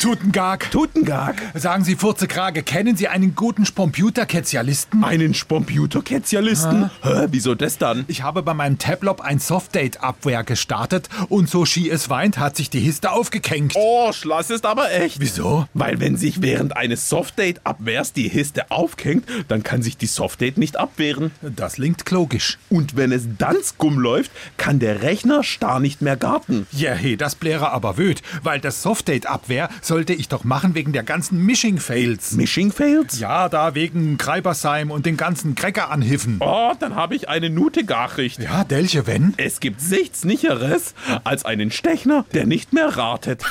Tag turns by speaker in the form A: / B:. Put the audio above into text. A: Tutengag.
B: Tutengag.
A: Sagen Sie, Furze Krage, kennen Sie einen guten Spomputerkezialisten?
B: Einen Spomputerkezialisten? Hä, wieso das dann?
A: Ich habe bei meinem Tablop ein Softdate-Abwehr gestartet und so Ski es weint, hat sich die Histe aufgekenkt.
B: Oh, Schlass ist aber echt.
A: Wieso?
B: Weil wenn sich während eines Softdate-Abwehrs die Histe aufkenkt, dann kann sich die Softdate nicht abwehren.
A: Das klingt logisch.
B: Und wenn es dann skum läuft, kann der Rechner starr nicht mehr garten.
A: Ja, hey, das bläre aber wöd, weil das Softdate-Abwehr sollte ich doch machen wegen der ganzen Mishing-Fails.
B: Mishing fails?
A: ja, da wegen Kreibersheim und den ganzen Cracker anhiffen.
B: Oh, dann habe ich eine nute Nachricht.
A: Ja, Delche, wenn?
B: Es gibt nichts Nicheres als einen Stechner, der nicht mehr ratet.